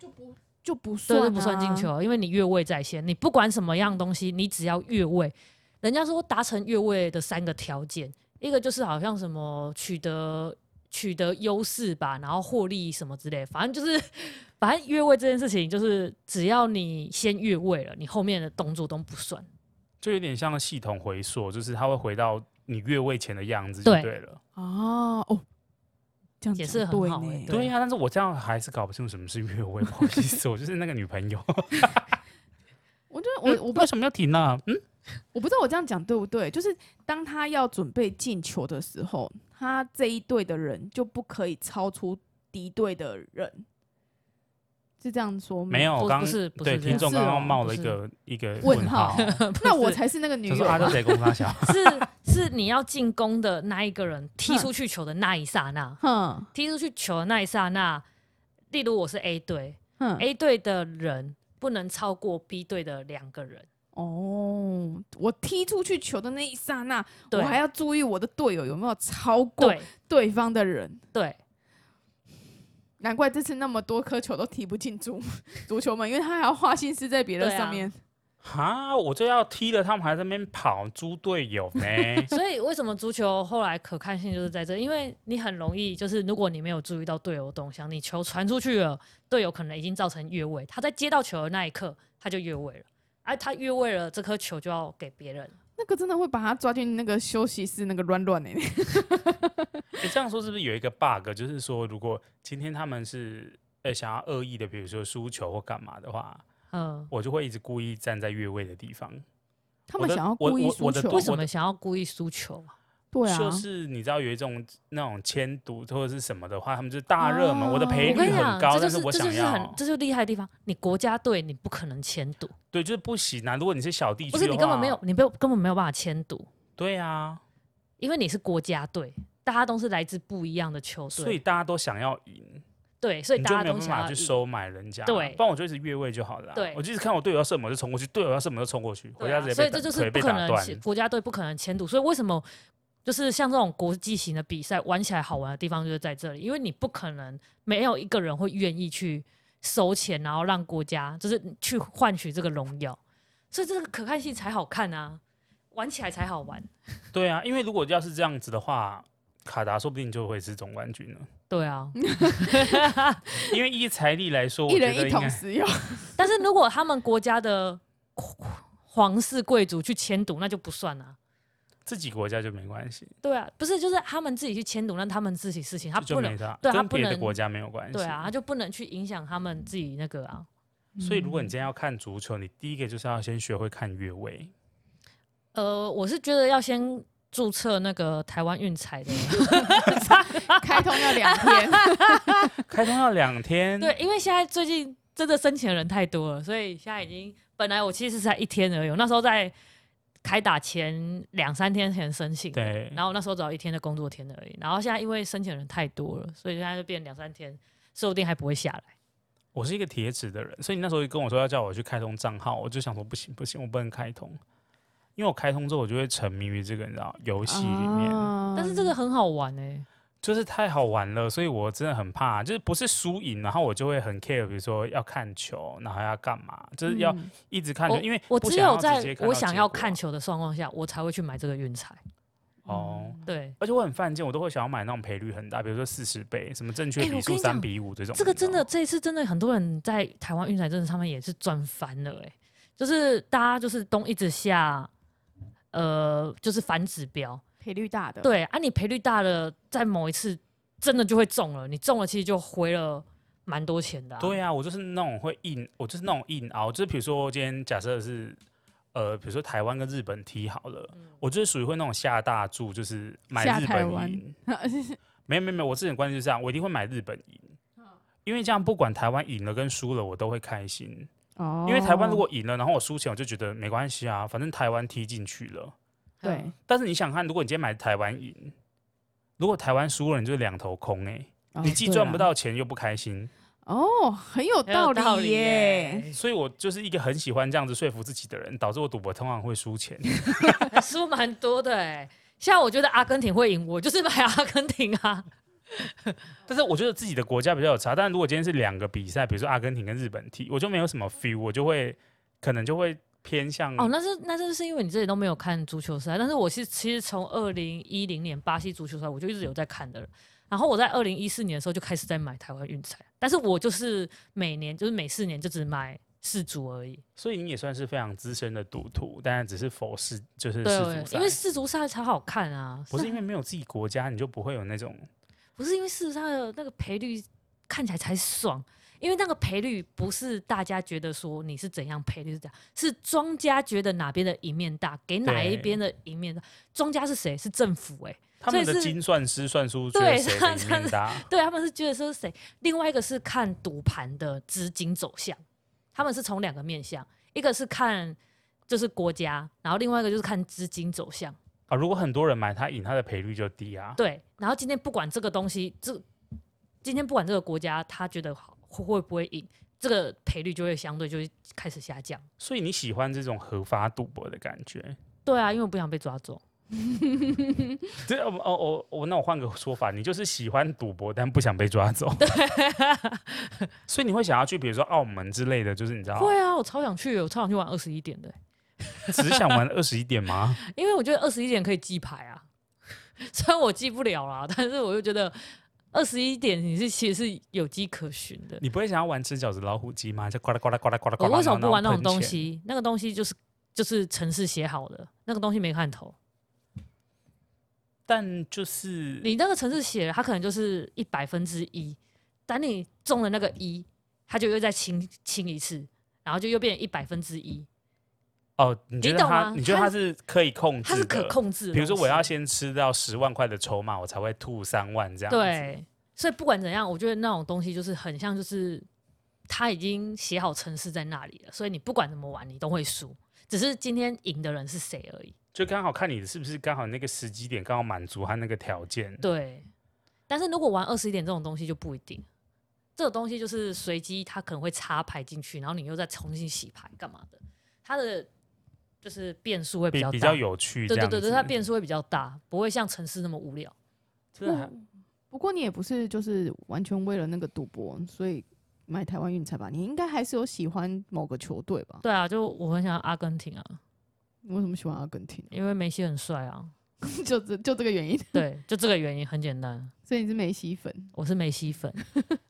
就不对，算、啊，这不算进。球，因为你越位在先，你不管什么样东西，你只要越位。人家说达成越位的三个条件，一个就是好像什么取得取得优势吧，然后获利什么之类，反正就是反正越位这件事情，就是只要你先越位了，你后面的动作都不算。就有点像系统回溯，就是它会回到你越位前的样子就对对了。哦哦，这样解讲释很对好呢欸对对呀、但是我这样还是搞不清楚什么是越位，不好意思，我就是那个女朋友。 我觉得我、我不为什么要停呢？嗯，我不知道我这样讲对不对，就是当他要准备进球的时候，他这一队的人就不可以超出敌队的人，是这样说吗？没，有，不我刚不是不是对这听样众刚是哦刚冒了一不是个一 个问号号，那我才是那个女他友说啊，吧。这谁公他 小？是是你要进攻的那一个人踢哼出去球的那一刹那，哼踢出去球的那一刹那，例如我是 A 队，嗯哼， A 队的人不能超过 B 队的两个人。哦，我踢出去球的那一刹那，对我还要注意我的队友有没有超过对对方的人。对，难怪这次那么多颗球都踢不进足 足球门，因为他还要花心思在别的对啊上面。啊，我就要踢了，他们还在那边跑，猪队友呢？所以为什么足球后来可看性就是在这？因为你很容易就是，如果你没有注意到队友的动向，你球传出去了，队友可能已经造成越位，他在接到球的那一刻他就越位了，而、他越位了，这颗球就要给别人。那个真的会把他抓进那个休息室那个乱乱的。欸你这样说是不是有一个 bug？就是说，如果今天他们是呃想要恶意的，比如说输球或干嘛的话，嗯，我就会一直故意站在越位的地方。他我们的想要我故意我输我的球，对为什么想要故意输球啊？对啊，就是你知道有一种那种牵赌或者是什么的话，他们就是大热门，我的哦赔我率跟你很讲，高，这就但是我这想就是很要，这就是厉害的地方。你国家队你不可能牵赌，对，就是不行啊。如果你是小地区，不是你根本没有，，你没有根本没有办法牵赌，对啊，因为你是国家队，大家都是来自不一样的球队，所以大家都想要赢，对，所以你就大没家有都办想法要去赢。收买人家，对不然我就一直越位就好了啊。对我就是看我队友要射门我就冲过去，队友要射门就冲过去，对回家啊直接所被以打这就是腿不被可打能断。前，国家队不可能前途。所以为什么就是像这种国际型的比赛玩起来好玩的地方就是在这里，因为你不可能没有一个人会愿意去收钱，然后让国家就是去换取这个荣耀，所以这个可看性才好看啊，玩起来才好玩。对啊，因为如果要是这样子的话，卡达说不定就会是总冠军了。对啊，因为依财力来说，我一觉人得一应桶 该石油。但是如果他们国家的皇室贵族去迁赌，那就不算啊。自己国家就没关系，对啊，不是，就是他们自己去迁赌，那他们自己事情，他这就啊不没能，他，对他跟不别的能国家没有关系。对啊，他就不能去影响他们自己那个啊。所以如果你今天要看足球，你第一个就是要先学会看越位。呃，我是觉得要先注册那个台湾运彩的， 开通要两天，开通要两天， 对，，因为现在最近真的申请的人太多了，所以现在已经本来我其实是在一天而已，我那时候在开打前两三天前申请，，对，然后那时候只有一天的工作天而已，然后现在因为申请的人太多了，所以现在就变两三天，说不定还不会下来。我是一个铁齿的人，所以你那时候跟我说要叫我去开通账号，我就想说不行不行，我不能开通，因为我开通之后我就会沉迷于这个你知道 游戏里面，啊但是嗯这个很好玩哎、就是太好玩了，所以我真的很怕，就是不是输赢，然后我就会很 care，比如说要看球，然后要干嘛，就是要嗯一直看球，我因为我不只想有要直在接看我到想结要果啊看球的状况下，我才会去买这个运彩。哦。对，而且我很犯贱，我都会想要买那种赔率很大，比如说四十倍，什么正确哎比我数跟你讲三比五这种。这个你知真道的吗这一次真的很多人在台湾运彩证上面也是赚翻了哎、就是大家就是东一直下，呃，就是反指标。赔率大的，，对啊，你赔率大了，在某一次真的就会中了，你中了其实就回了蛮多钱的、啊。对啊，我就是那种会硬，我就是那种硬熬。就是比如说，今天假设是呃，比如说台湾跟日本踢好了，我就是属于会那种下大注，就是买嗯下日台本湾 赢。没有没有没有，我自己的观念就是这样，我一定会买日本赢。嗯因为这样，不管台湾赢了跟输了，我都会开心。哦，因为台湾如果赢了，然后我输钱，我就觉得没关系啊，反正台湾踢进去了。对但是你想看，如果你今天买台湾赢，如果台湾输了，你就两头空哎、哦你既对赚啦不到钱又不开心。哦，很有很有道理耶，耶，所以我就是一个很喜欢这样子说服自己的人，导致我赌博通常会输钱。 输蛮多的哎、像我觉得阿根廷会赢，我就是买阿根廷啊。但是我觉得自己的国家比较有差。但如果今天是两个比赛，比如说阿根廷跟日本踢，我就没有什么 feel，我就会可能就会偏向哦，那是那就是因为你这里都没有看足球赛，但是我是其实从二零一零年巴西足球赛我就一直有在看的了，然后我在二零一四年的时候就开始在买台湾运彩，但是我就是每年就是每四年就只买四组而已，所以你也算是非常资深的赌徒，但是只是否是就是世对足，赛因为世足赛才好看啊，不是因为没有自己国家，你就不会有那种不是因为世足赛的那个赔率看起来才爽。因为那个赔率不是大家觉得说你是怎样赔率是这样，是庄家觉得哪边的赢面大，给哪一对边的赢面大。庄家是谁？是政府哎、他们所的以是精算师算出觉得对谁他的赢啊他面大。对，他们是觉得说是谁，另外一个是看赌盘的资金走向，他们是从两个面向，一个是看就是国家，然后另外一个就是看资金走向。啊，如果很多人买他赢，他的赔率就低啊。对，然后今天不管这个东西，这今天不管这个国家，他觉得好会会不会赢，这个赔率就会相对就会开始下降。所以你喜欢这种合法赌博的感觉？对啊，因为我不想被抓走。这哦哦哦哦，那我换个说法，你就是喜欢赌博，但不想被抓走。 所以你会想要去，比如说澳门之类的，就是你知道，会啊，我超想去，我超想去玩二十一点的、欸只想玩二十一点吗？ 因为我觉得二十一点可以记牌啊，虽然我记不了啦，但是我就觉得二十一点你是其实是有迹可循的。你不会想要玩吃饺子老虎机吗？就呱啦呱啦呱啦呱啦呱我啦。为什么不玩那然后种东喷钱？西？那个东西就是就是城市写好的，那个东西没看头。但就是你那个城市写了，它可能就是一百分之一，等你中了那个一，它就又再清清一次，然后就又变一百分之一，哦，你觉得你懂他，吗你觉得它他是可以控制它的，是可。控制的东西。比如说，我要先吃到十万块的筹码，我才会吐三万这样子。，对，所以不管怎样，我觉得那种东西就是很像，就是他已经写好程式在那里了，所以你不管怎么玩，你都会输，只是今天赢的人是谁而已。就刚好看你是不是刚好那个时机点刚好满足他那个条件。对，但是如果玩二十一点这种东西就不一定，这种东西就是随机，他可能会插牌进去，然后你又再重新洗牌干嘛的，它的就是变数会比比较大，比较有趣，对对这样对对，子嗯它变数会比较大，不会像城市那么无聊。真的还不过你也不是就是完全为了那个赌博，所以买台湾运彩吧？你应该还是有喜欢某个球队吧？对啊，就我很想要阿根廷啊，你为什么喜欢阿根廷？ 因为梅西很帅啊。就这就这个原因，对，就这个原因很简单，所以你是梅西粉。我是梅西粉，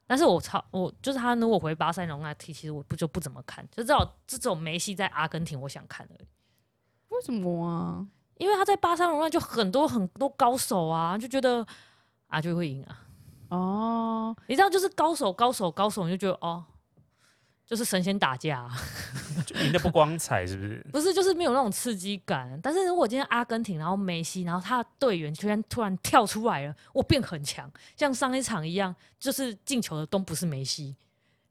但是我超我就是他如果回巴塞隆那踢，其实我不就不怎么看，就知道这种梅西在阿根廷我想看而已。为什么啊？因为他在巴塞罗那就很多很多高手啊，就觉得啊就会赢啊。哦，你知道，就是高手高手高手，你就觉得哦，就是神仙打架啊、就赢得不光彩，是不是？不是就是没有那种刺激感。但是如果今天阿根廷，然后梅西，然后他的队员居然突然跳出来了，我变很强，像上一场一样，就是进球的都不是梅西。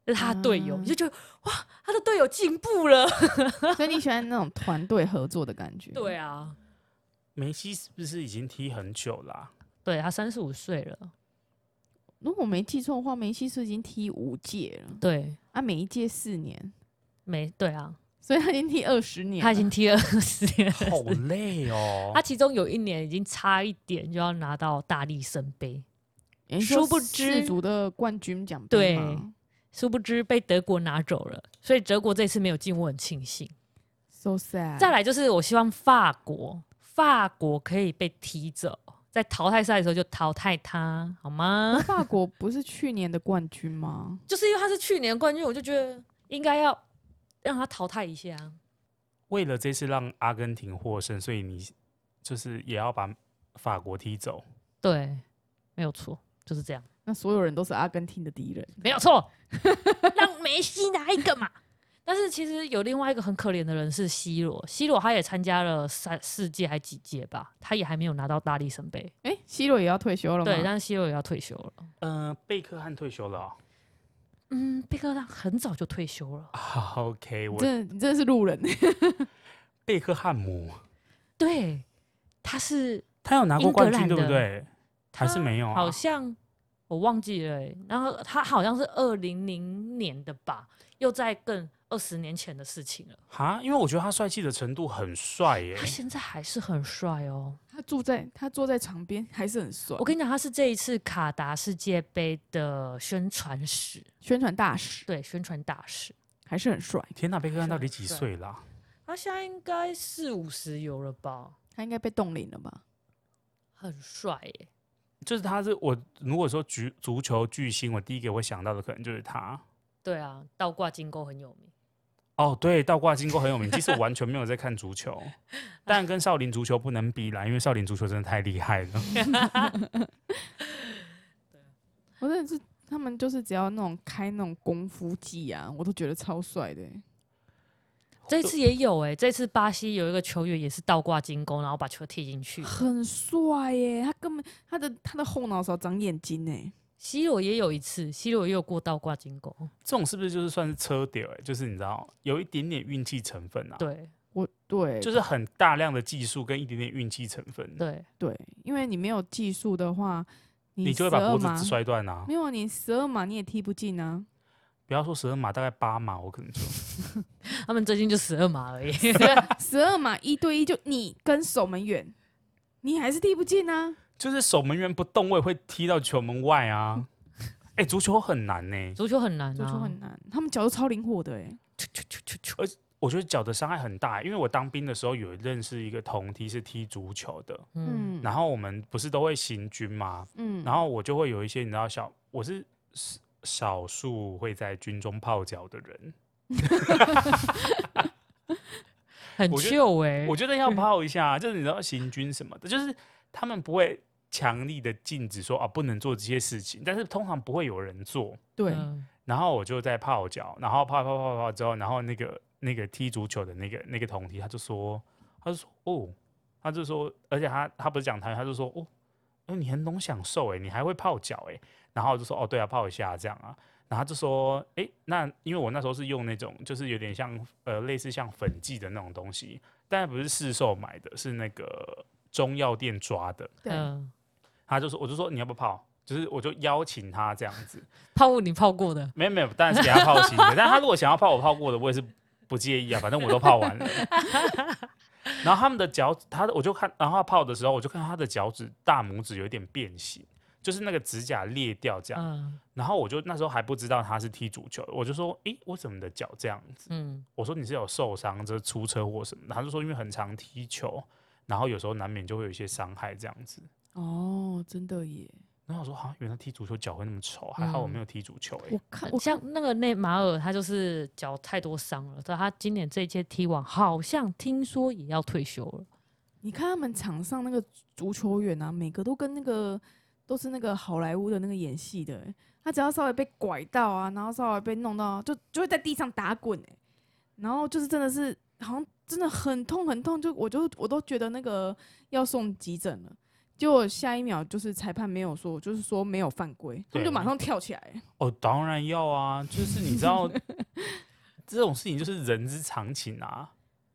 是他的队友，你就觉得哇，他的队友进步了。 所以你喜欢那种团队合作的 感觉？对，啊， 梅西是不是已经踢很久啊啦、对他三十五岁了，如果没记错的话，梅西是已经踢五届了，对，啊，每一届四年， 没对啊，所以他已经踢二十年了，他已经踢了二十年了， 好累哦 他。其中有一年已经差一点就要拿到大力神杯，诶你说殊不知世足的冠军奖对杯吗殊不知被德国拿走了，所以德国这次没有进，我很庆幸。 ，so sad。再来就是我希望法国，法国可以被踢走，在淘汰赛的时候就淘汰他，好吗？ 法国不是去年的冠军吗？ 就是因为他是去年冠军，我就觉得应该要让他淘汰一下。为了这次让阿根廷获胜，所以你就是也要把法国踢走。对，没有错，就是这样，那所有人都是阿根廷的敌人，没有错。让梅西拿一个嘛。但是其实有另外一个很可怜的人是 C 罗，C 罗他也参加了三四届还几届吧，他也还没有拿到大力神杯。哎、c 罗也要退休了吗？对，但是 C 罗也要退休了。呃，贝克汉退休了、哦。嗯，贝克汉很早就退休了。啊 OK，你我真的你真的是路人， 贝克汉姆，对，他是他有拿过冠军英格对不兰的对？还是他没有啊好像我忘记了欸、然后他好像是二零零年的吧，又在更二十年前的事情了。哈，因为我觉得他帅气的程度很帅耶他。现在还是很帅哦。他住在他坐在床边还是很帅我，跟你讲，他是这一次卡达世界杯的宣传使，宣传大使对，宣传大使。还是很帅，天哪，贝克汉到底帅几帅岁啦？他现在应该四五十有了吧，他应该被冻龄了吧？很帅耶、就是他是我如果说足足球巨星，我第一个会想到的可能就是他。对啊，倒挂金钩很有名。哦，对，倒挂金钩很有名。其实我完全没有在看足 球，但跟少林足球不能比啦，因为少林足球真的太厉害了。 我真的是他们就是只要那种开那种功夫技啊，我都觉得超帅的欸、哦这次也有哎、这次巴西有一个球员也是倒挂金钩，然后把球踢进去。很帅耶、他根本他的他的后脑勺长眼睛哎、 C 罗也有一次，C 罗也有过倒挂金钩。这种是不是就是算是车屌、欸？就是你知道有一点点运气成分啊，对我对，就是很大量的技术跟一点点运气成分，对，对，因为你没有技术的话，你你就会把12脖子码摔断啊没。有啊，你十二码你也踢不进啊，不要说十二码，大概八码，我可能就他们最近就十二码而已。 十二码一对一就你跟守门员，你还是踢不进啊。就是守门员不动，我也会踢到球门外 啊。哎、足球很难呢、足球很难、啊，足球很难，他们脚都超灵活的哎、啾啾啾啾啾而我觉得脚的伤害很大、因为我当兵的时候有认识一个同梯是踢足球的，嗯，嗯，然后我们不是都会行军嘛，嗯，然后我就会有一些你知道小，我是少少数会在军中泡脚的人，很我觉得旧哎、我觉得要泡一下，就是你知道行军什么的，就是他们不会强力的禁止说啊不能做这些事情，但是通常不会有人做，对，嗯然后我就在泡脚，然后泡泡泡泡之后，然后那个那个踢足球的那个那个同梯，他就说，他就说哦，他就说，而且他他不是讲台语，他就说哦，哎、你很懂享受哎、你还会泡脚哎、然后我就说哦对啊，泡一下这样啊，然后他就说哎、那因为我那时候是用那种就是有点像呃类似像粉剂的那种东西，但不是市售买的，是那个中药店抓的，对嗯他就说我就说你要不要泡，就是我就邀请他这样子。泡过你泡过的，没有没有，当然是给他泡新的。但他如果想要泡我泡过的，我也是不介意啊，反正我都泡完了。 然后他们的脚，他我就看，然后他泡的时候，我就看到他的脚趾大拇指有一点变形，就是那个指甲裂掉这样。嗯然后我就那时候还不知道他是踢足球的，我就说：“诶，我怎么你的脚这样子？”嗯，我说：“你是有受伤，这出车祸什么的？”他就说：“因为很常踢球，然后有时候难免就会有一些伤害这样子。”哦，真的耶，然后我说啊，原来踢足球脚会那么丑，还好我没有踢足球哎、我看嗯像那个内马尔，他就是脚太多伤了，所以他今年这一届踢完，好像听说也要退休了。你看他们场上那个足球员啊，每个都跟那个都是那个好莱坞的那个演戏的欸、他只要稍微被拐到啊，然后稍微被弄到，啊就就会在地上打滚哎、然后就是真的是好像真的很痛很痛，就我就我都觉得那个要送急诊了。结果下一秒就是裁判没有说，就是说没有犯规，他们对就马上跳起来欸、哦，当然要啊，就是你 知道这种事情就是人之常情啊。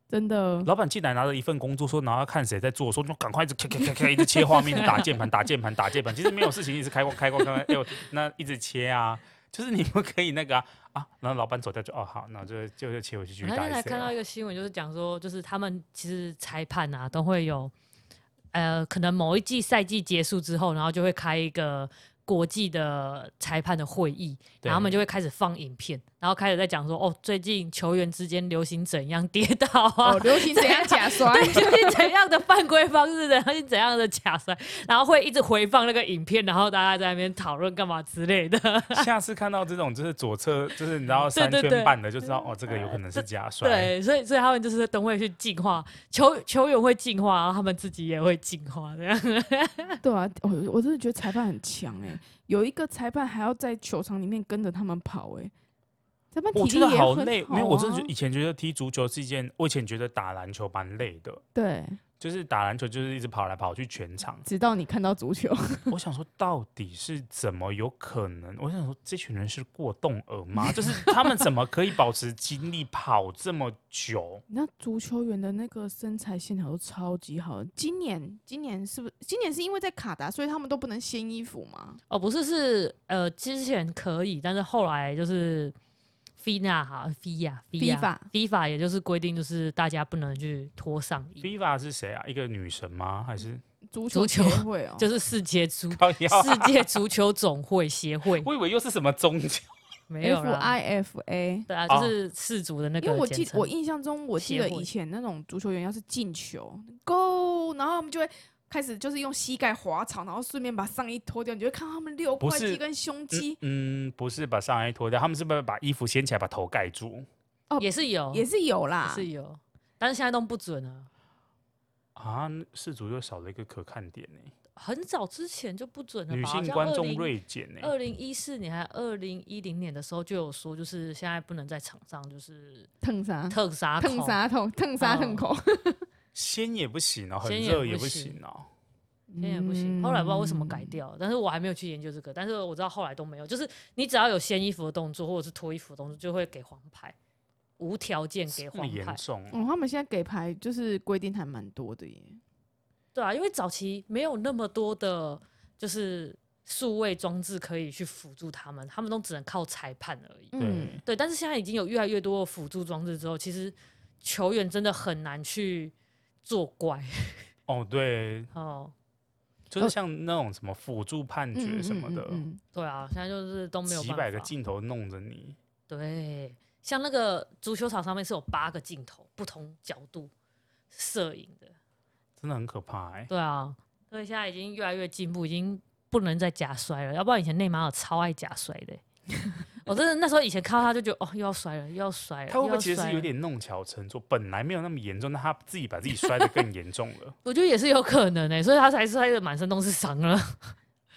真的。老板进来拿着一份工作说，然后要看谁在做，说你赶快一直咔咔咔咔一直切画面，一直打键盘，打键盘，打键盘。其实没有事情，一直开关开关开关，哎呦，那一直切啊，就是你不可以那个啊啊。然后老板走掉就哦好，那就就就切回去继续哦我那打啊天才 S 看到一个新闻，就是讲说，就是他们其实裁判啊都会有，呃，可能某一季赛季结束之后，然后就会开一个国际的裁判的会议，然后他们对就会开始放影片，然后开始在讲说，哦，最近球员之间流行怎样跌倒啊， 哦，流行怎样 假摔？究竟怎样的犯规方式，然后是怎样的假摔，然后会一直回放那个影片，然后大家在那边讨论干嘛之类的。啊下次看到这种就是左侧就是你知道 对三对圈对呃半的，就知道哦，这个有可能是假摔。对，所以所以他们就是都会去进化，球球员会进化，然后他们自己也会进化，这样。 对啊，我我真的觉得裁判很强哎、有一个裁判还要在球场里面跟着他们跑哎、裁判体我力觉得也好很累，好没有，我真的啊觉得以前觉得踢足球是一件，我以前觉得打篮球蛮累的，对，。就是打篮球就是一直跑来跑去全场 直到你看到足球， 我想说，到底是怎么有可能？我想说，这群人是过动儿 吗？就是他们怎么可以保持精力跑这么 久？你知道足球员的那个身材线条都超级好。今年今年是不是今年是因为在卡达，所以他们都不能掀衣服吗？哦，不是，是呃，之前可以，但是后来就是。菲娜哈，菲亚，菲亚 FIFA，菲法，也就是规定，就是大家不能去脱上衣， Viva 是谁啊？一个女神吗？还是足足协球会哦、就是世界 足高腰？，世界足球总会协会 我以为又是什么宗教？没有 F 啦， I F A。对啊，哦就是世足的那因为个我简记称。我印象中，我记得协会以前那种足球员要是进球 go，然后他们就会开始就是用膝盖滑草，然后顺便把上衣脱掉，你就会看到他们六不块是肌跟胸嗯肌、嗯，不是把上衣脱掉，他们是不是把衣服掀起来把头盖住也是啊有，也是有啦。哦是有，但是现在都不准了。啊？氏族又少了一个可看点呢、很早之前就不准了吧？女性观众锐减呢、二零一四年还二零一零年的时候就有说，就是现在不能在场上就是腾啥？特杀腾口啥桶？腾啥嗯腾口？先也不行哦，很先也热也不不行行哦。现在也不行。后来不知道为什么改掉，但是我还没有去研究这个，但是我知道后来都没有，就是你只要有掀衣服的动作或者是脱衣服的动作，就会给黄牌，无条件给这黄么严牌。重哦、哦，他们现在给牌就是规定还蛮多的耶。对啊，因为早期没有那么多的，就是数位装置可以去辅助他们，他们都只能靠裁判而已。嗯，对，但是现在已经有越来越多的辅助装置之后，其实球员真的很难去作怪 哦，对，哦。就是像那种什么辅助判决什么的，呃嗯嗯嗯嗯对啊，现在就是都没有几办百个法镜头弄着你，对，像那个足球场上面是有八个镜头，不同角度摄影的。真的很可怕哎、对啊，所以现在已经越来越进步，已经不能再假摔了。要不然以前内马尔超爱假摔的欸、我真的那时候以前看到他就觉得哦，又要摔了，又要摔了。他会不又会要其实摔是有了？点弄巧成拙？本来没有那么严重，但他自己把自己摔得更严重 了。我觉得也是有可能欸诶、所以他才摔得满身都是伤了。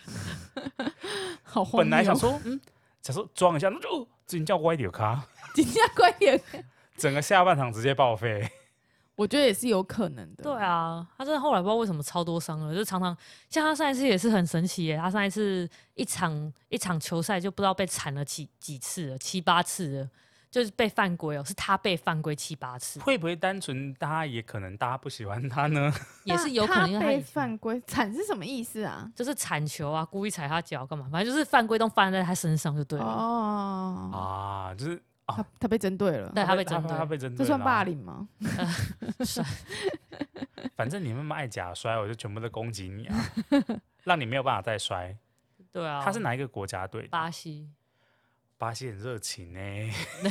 嗯 好荒啊本来谬想，说，嗯，想说装一下，那就哦直接叫歪点咖，今天快点， 整个下半场直接报废。我觉得也是有可能的。对，啊，他真的后来不知道为什么超多伤了，就常常像他上一次也是很神奇耶、他上一次一场一场球赛就不知道被铲了几几次了，七八次了，就是被犯规哦、是他被犯规七八次，会不会单纯大家也可能大家不喜欢他 呢？也是有可能因为他被以前犯规，惨是什么意思啊？就是铲球啊，故意踩他脚干嘛，反正就是犯规都犯在他身上就对了，哦，啊，就是他他被针对了，对他被针他对，被针对，这算霸。凌吗？反正你那么爱假摔，我就全部都攻击 你啊，让你没有办法再摔。对啊，他是哪一个国家队的？巴 西， 巴西很热情欸呢、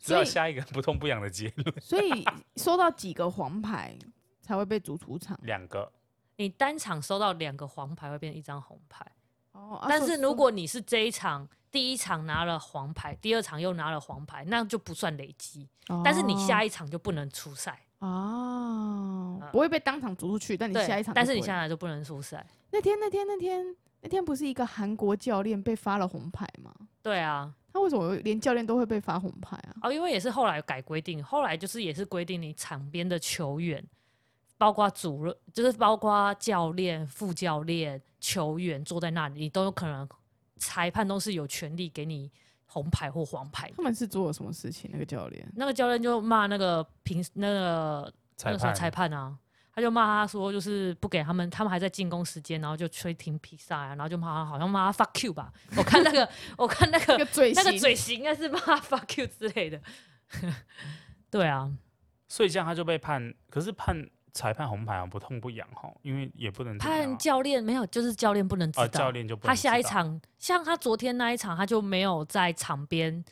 只所以要下一个不痛不痒的结论， 嗯所以收到几个黄牌才会被逐出场？两个你单场收到两个黄牌会变一张红牌，哦，啊但所是以如果你是这一场第一场拿了黄牌，第二场又拿了黄牌，那就不算累积，哦但是你下一一场就不能出赛。哦啊不会被当场逐出去，但你对，下一场就但是你会下来就不能出赛。那天那天那天那天不是一个韩国教练被发了红牌吗？对啊，他为什么连教练都会被发红牌啊？哦，因为也是后来改规定，后来就是也是规定你场边的球员，包括主任，就是包括教练、副教练、球员坐在那里，你都有可能裁判都是有权利给你红牌或黄牌的。他们是做了什么事情？那个教练那个教练就骂那个评那个那裁个什么判裁判啊，他就骂他说就是不给他们，他们还在进攻时间，然后就吹停比赛啊，然后就骂他好像骂他 fuck you 吧，我看那个我看那那 个个嘴那型，个嘴型应该是骂他 fuck you 之类的， 对啊，所以这样他就被判，可是判裁判红牌啊，不痛不痒哈，因为也不能怎么样啊判教练没有，就是教练不能知啊，道，教练就不能他下一知道场像他昨天那一场，他就没有在场边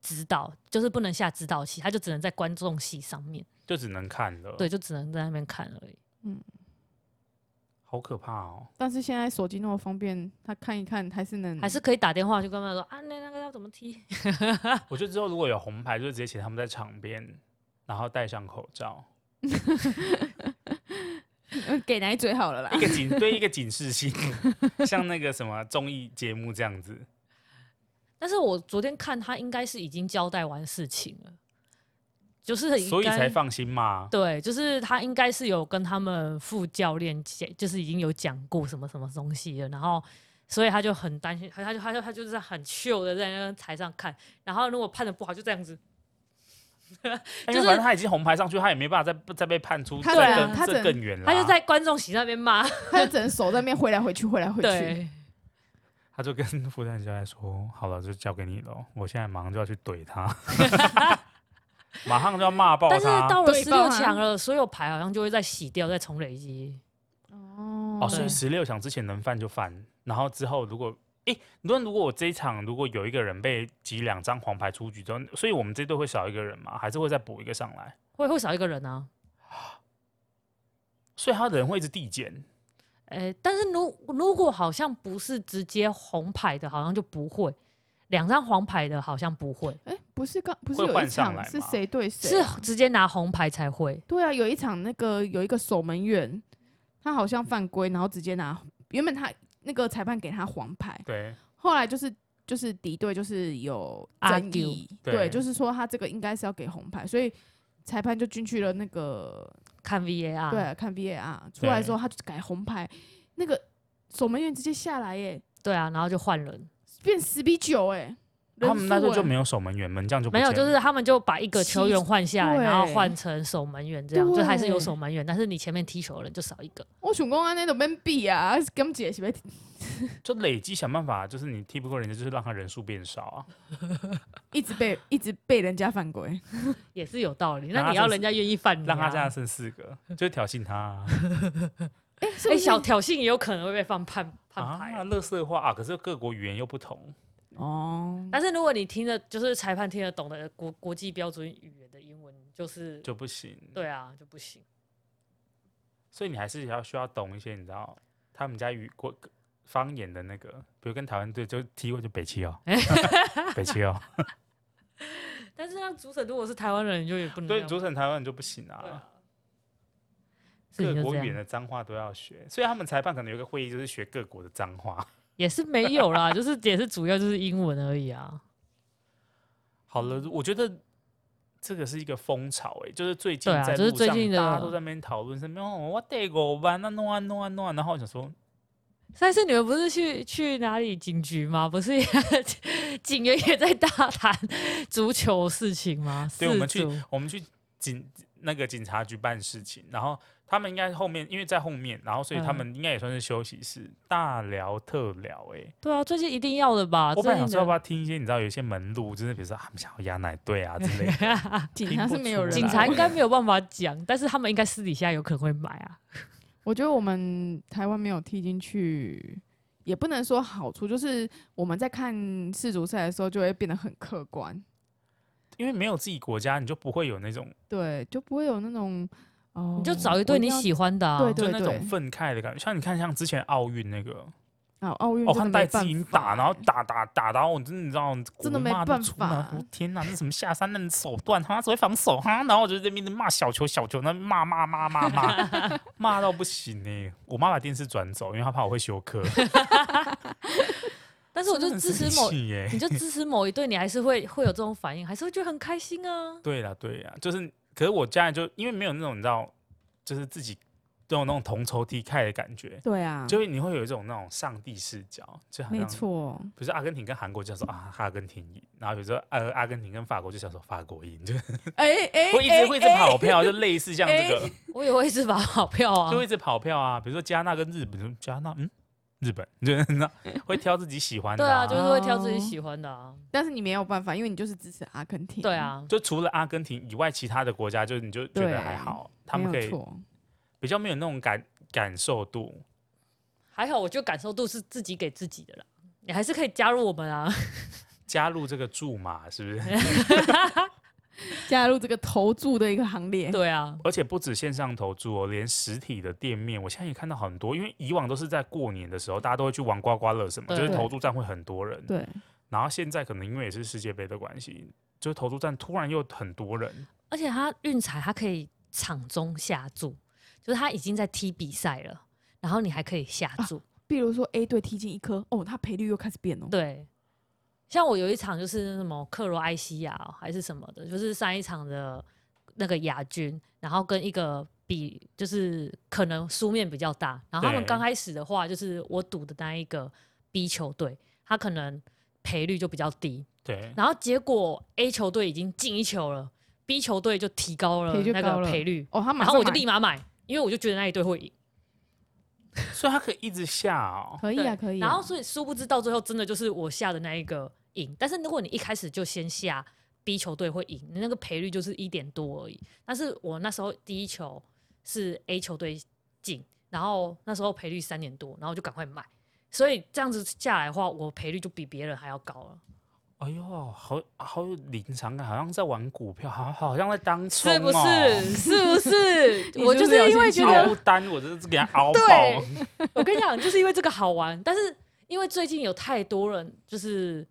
指导，就是不能下指导席，他就只能在观众席上面，就只能看了，对，，就只能在那边看而已。好可 怕哦。但是现在手机那么方便，他看一看还是能还是可以打电话去跟他们说啊，那那个要怎么踢？我觉得之后如果有红牌，就直接请他们在场边，然后戴上口 罩，呃给奶嘴好了啦一。个警对一个警示性， 像那个什么综艺节目这样子。但是我昨天看他应该是已经交代完事情了，就是应所以该才放心嘛。对，就是他应该是有跟他们副教练讲，就是已经有讲过什么什么东西了，然后所以他就很担心，他就他就他就是很秀的在那个台上看，然后如果判的不好就这样子，因就为是反正他已经红牌上去，他也没办法再再被判出他只再能更他只这能更远了。啊他就在观众席那边 骂，他就只能手在那边挥来回去，挥来回去。对，他就跟 复旦教练说：“好了，就交给你了，我现在马上就要去怼 他，马上就要骂爆但是他。到了对十爆六啊强了，所有牌好像就会再洗掉，再重累积。”哦哦，所以对十六强之前能犯就犯，然后之后如果诶，你论如果我这一场如果有一个人被挤两张黄牌出局之后，所以我们这队会少一个人嘛，还是会再补一个上来，会会少一个人啊。所以他人会一直递减。诶，但是如如果好像不是直接红牌的，好像就不会。两张黄牌的好像不会，哎，不是刚不是会有一换上来场吗是谁对谁是啊？直接拿红牌才会。对啊，有一场那个有一个守门员，他好像犯规，然后直接拿原本他那个裁判给他黄牌，对，后来就是就是敌对就是有 Argue 争议，对对，就是说他这个应该是要给红牌，所以裁判就进去了那个看 VAR，对啊看 VAR 出来之后，他就改红牌，那个守门员直接下来耶，对啊，然后就换人，变十比九哎，人他们那时候数就耶没有守门员门将就不没有，见就了是他们就把一个球员换下来，对然后换成守门员这样，就还是有对守门员，但是你前面踢球的人就少一个。我想讲安尼都免比啊，咁姐是要就累积想办法，就是你踢不过人家，就是让他人数变少啊。一直被一直被人家犯规，也是有道理，让那他你要是人家愿意犯你、啊，让他这样剩四个，就挑衅他啊哎、是不哎、是小挑衅也有可能会被放判判牌、啊，乐色话啊。可是各国语言又不同，哦，但是如果你听得就是裁判听得懂的国国际标准语言的英文，就是就不行。对啊就不行。所以你还是要需要懂一些，你知道他们家语国方言的那个，比如跟台湾队就踢过就北七 哦，北七哦，但是让主审如果是台湾人，你就也不能对，这样主审台湾人就不行嗯啊对啊啊。，事情各就国这语言样的脏话都要学，所以他们裁判可能有一个会议，就是学各国的脏话。也是没有啦， 就是也是主要就是英文而已啊。好了，嗯我觉得这个是一个风潮、欸，就是最近对啊在就是路最上近的大家都在那边讨论，什么哦我得狗吧，那弄啊弄啊弄啊，然后我想说，上一次你们不是去去哪里警局吗？不是也警员也在大谈足球事情吗？对，我们去四足我们去警那个警察局办事情，然后他们应该后面因为在后面，然后所以他嗯们应该也算是休息室，大聊特聊、欸，对啊，最近一定要的吧？啊我本最来想近说要不的要听一些，你知道有一些门路，就是比如说他们想要压奶队啊之类 的，警察是没有人来，警察应该没有办法讲，但是他们应该私底下有可能会买啊。我觉得我们台湾没有踢进去，也不能说好处，就是我们在看世足赛的时候就会变得很客观，因为没有自己国家，你就不会有那种对，就不会有那种哦你就找一对你喜欢的、啊。对对就那种愤慨的感觉。像你看，像之前奥运那个，啊，奥运哦，真的他们没带自办己法打，然后欸打打打，然后我真的你知道，真的国没骂办出来法我天哪，这什么下三滥的手段？他只会防守哈，然后我就在那边骂小球小球，那骂骂骂 骂骂，骂到不行呢、我妈把电视转走，因为她怕我会休克。但是我就 真的很支持生某，气耶、你就支持某一对，你还是会会有这种反应，还是会觉得很开心啊。对啦，对啦，就是，可是我家人就因为没有那种你知道，就是自己都有那种同仇敌忾的感觉，对啊，就会你会有一种那种上帝视角，就好没像错，比如说阿根廷跟韩国就想说啊，阿根廷赢；然后比如说呃，阿根廷跟法国就想说法国赢， 就哎哎，会一哎直会一直跑票， 就类似像这个，我也会一直把好票啊就，会一直跑票啊。比如说加纳跟日本，就加纳嗯，日本，就是你知道会挑自己喜欢对的、啊，就是会挑自己喜欢的啊。但是你没有办法，因为你就是支持阿根廷。对，啊，就除了阿根廷以外，其他的国家就是你就觉对得还好，他们可没有以错，比较没有那种感感受度。还好，我觉得感受度是自己给自己的啦。你还是可以加入我们 啊，加入这个驻马是不嗯是？加入这个投注的一个行列。对啊， 而且不止线上投注哦，连实体的店面，我现在也看到很多，因为以往都是在过年的时候，大家都会去玩刮刮乐什么，对就是对投注站会很多人。对，然后现在可能因为也是世界杯的关系，就是投注站突然又很多人，而且他运彩他可以场中下注，就是他已经在踢比赛了，然后你还可以下注。比如说 A 队踢进一颗，哦，它赔率又开始变哦。对，像我有一场就是什么克罗埃西亚哦、还是什么的，就是上一场的那个亚军，然后跟一个比就是可能输面比较大，然后他们对刚开始的话就是我赌的那一个 B 球队，他可能赔率就比较低，对，然后结果 A 球队已经进一球了，B 球队就提高了赔就那高个了赔率，哦，他马然上后我就买立马买，因为我就觉得那一队会赢。所以他可以一直下哦。可以对啊，可以啊。然后所以殊不知到最后真的就是我下的那一个赢，但是如果你一开始就先下 B 球队会赢，你那个赔率就是一点多而已。但是我那时候第一球是 A 球队进，然后那时候赔率三点多，然后我就赶快买。所以这样子下来的话，我赔率就比别人还要高了，哎呦，好好有临场感，好像在玩股票，好好像在当冲是不哦。是？是不是啊 ？你我是就不是有是因为兴觉趣得凹单，我真的是给他凹爆对。我跟你讲，就是因为这个好玩，但是因为最近有太多人就是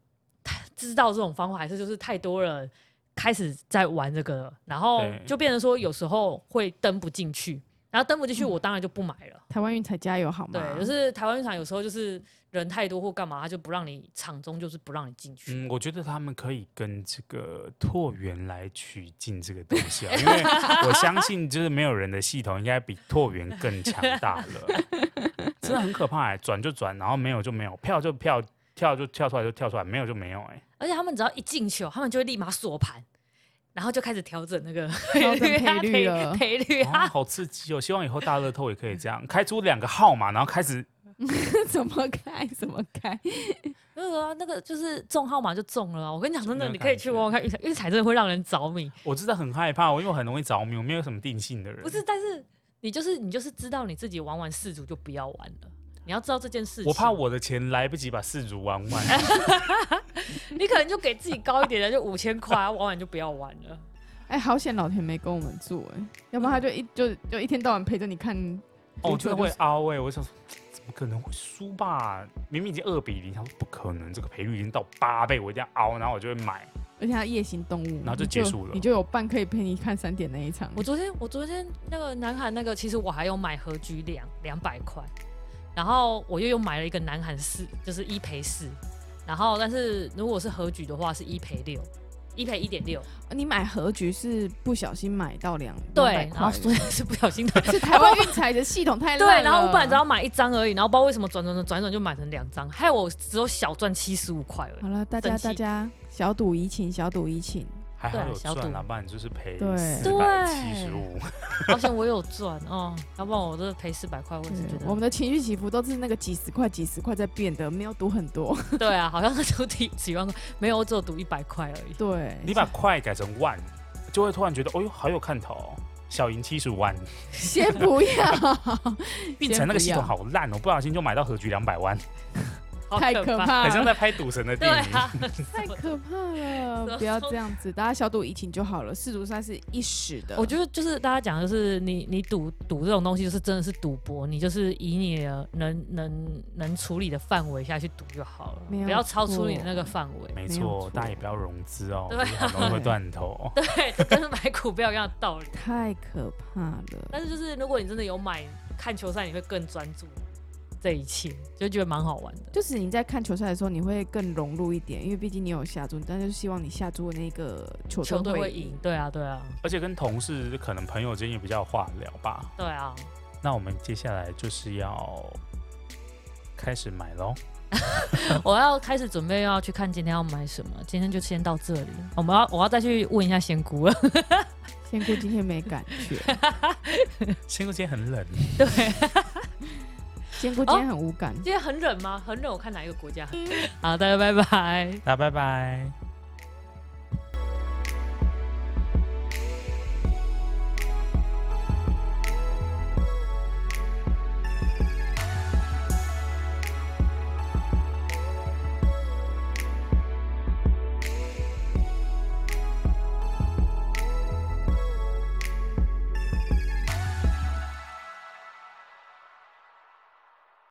太知道这种方法，还是就是太多人开始在玩这个了，然后对就变成说有时候会登不进去，然后登不进嗯去，我当然就不买了。台湾运才加油嗯好吗？啊对，就是台湾运场有时候就是人太多或干嘛，他就不让你场中就是不让你进去。嗯，我觉得他们可以跟这个拓元来取经这个东西啊，因为我相信就是没有人的系统应该比拓元更强大了，真的很可怕哎、转就转，然后没有就没有，票就票，跳就跳出来就跳出来，没有就没有哎、而且他们只要一进球，他们就会立马锁盘，然后就开始调整那个调整 赔率了赔赔率啊，啊。好刺激哦！希望以后大乐透也可以这样，开出两个号码，然后开始 怎么开怎么开，那个啊那个就是中号码就中了啊！我跟你讲，真没的，有你可以去玩玩看运彩，运彩真的会让人着迷。我真的很害怕，我因为我很容易着迷，我没有什么定性的人。不是，，但是你就是你就是知道你自己玩完四组就不要玩了。你要知道这件事情，我怕我的钱来不及把四组玩完。 你可能就给自己高一点的， 就五千块，玩完就不要玩了。哎，好险老田没跟我们住哎，要不然他就一就就一天到晚陪着你看。哦，我真的会凹哎、我想说怎么可能会输吧？明明已经二比零，他说不可能，这个赔率已经到八倍，我一定要凹，然后我就会买。而且他夜行动物，然后就你结束了你就有伴可以陪你看三点那一场。我昨天我昨天那个南韩那个，其实我还有买和局两两百块，然后我又又买了一个南韩四，就是一赔四，然后但是如果是和局的话是一赔六，一赔一点六， 你买和局是不小心买到两对200，然后块所以是 不小心的，是台湾运彩的系统太烂了对，然后我本来只要买一张而已，然后不知道为什么转转转转转就买成两张，害我只有小赚七十五块而好已。了，大家生气大家小赌怡情，小赌怡情。还对啊好有小赚赌啦，不然就是赔对四百七十五。好险我有赚哦，要不然我这赔四百块，我也是觉对我们得的情绪起伏都是那个几十块、几十块在变的，没有赌很 多。对啊，好像都提几万块，没有，我只有赌一百块而已。对，你把快改成万，就会突然觉得，哦呦，好有看头、哦，小赢七十五万。先 不要，运城那个系统好烂哦，不小心就买到和局两百万。好太可可怕。怕很像了，在拍赌神的啊对电影。啊，太可怕了！不要这样子，大家消毒疫情就好了。世足赛是一时的， 我觉得就是大家讲，就是你你赌赌这种东西，就是真的是赌博，你就是以你的能能能处理的范围下去赌就好了，没有不要超出你的错那个范围。没没有错错，大家也不要融资哦，对啊很容易会断头。 对，这跟买股票一样的道理。太可怕了。但是就是如果你真的有买看球赛，你会更专注这一切，就觉得蛮好玩的。就是你在看球赛的时候，你会更融入一点，因为毕竟你有下注，但是希望你下注的那个球球队会会赢，。对啊，对啊，而且跟同事可能朋友之间也比较话聊吧。对啊。 那我们接下来就是要开始买喽。我要开始准备要去看今天要买什么，今天就先到这里。我们要我要再去问一下仙姑了。仙姑今天没 感觉，仙姑今天很冷，对，仙姑今哦天很无感。 今天很冷吗？很冷，我看哪一个国家。好，大家拜拜。那拜拜。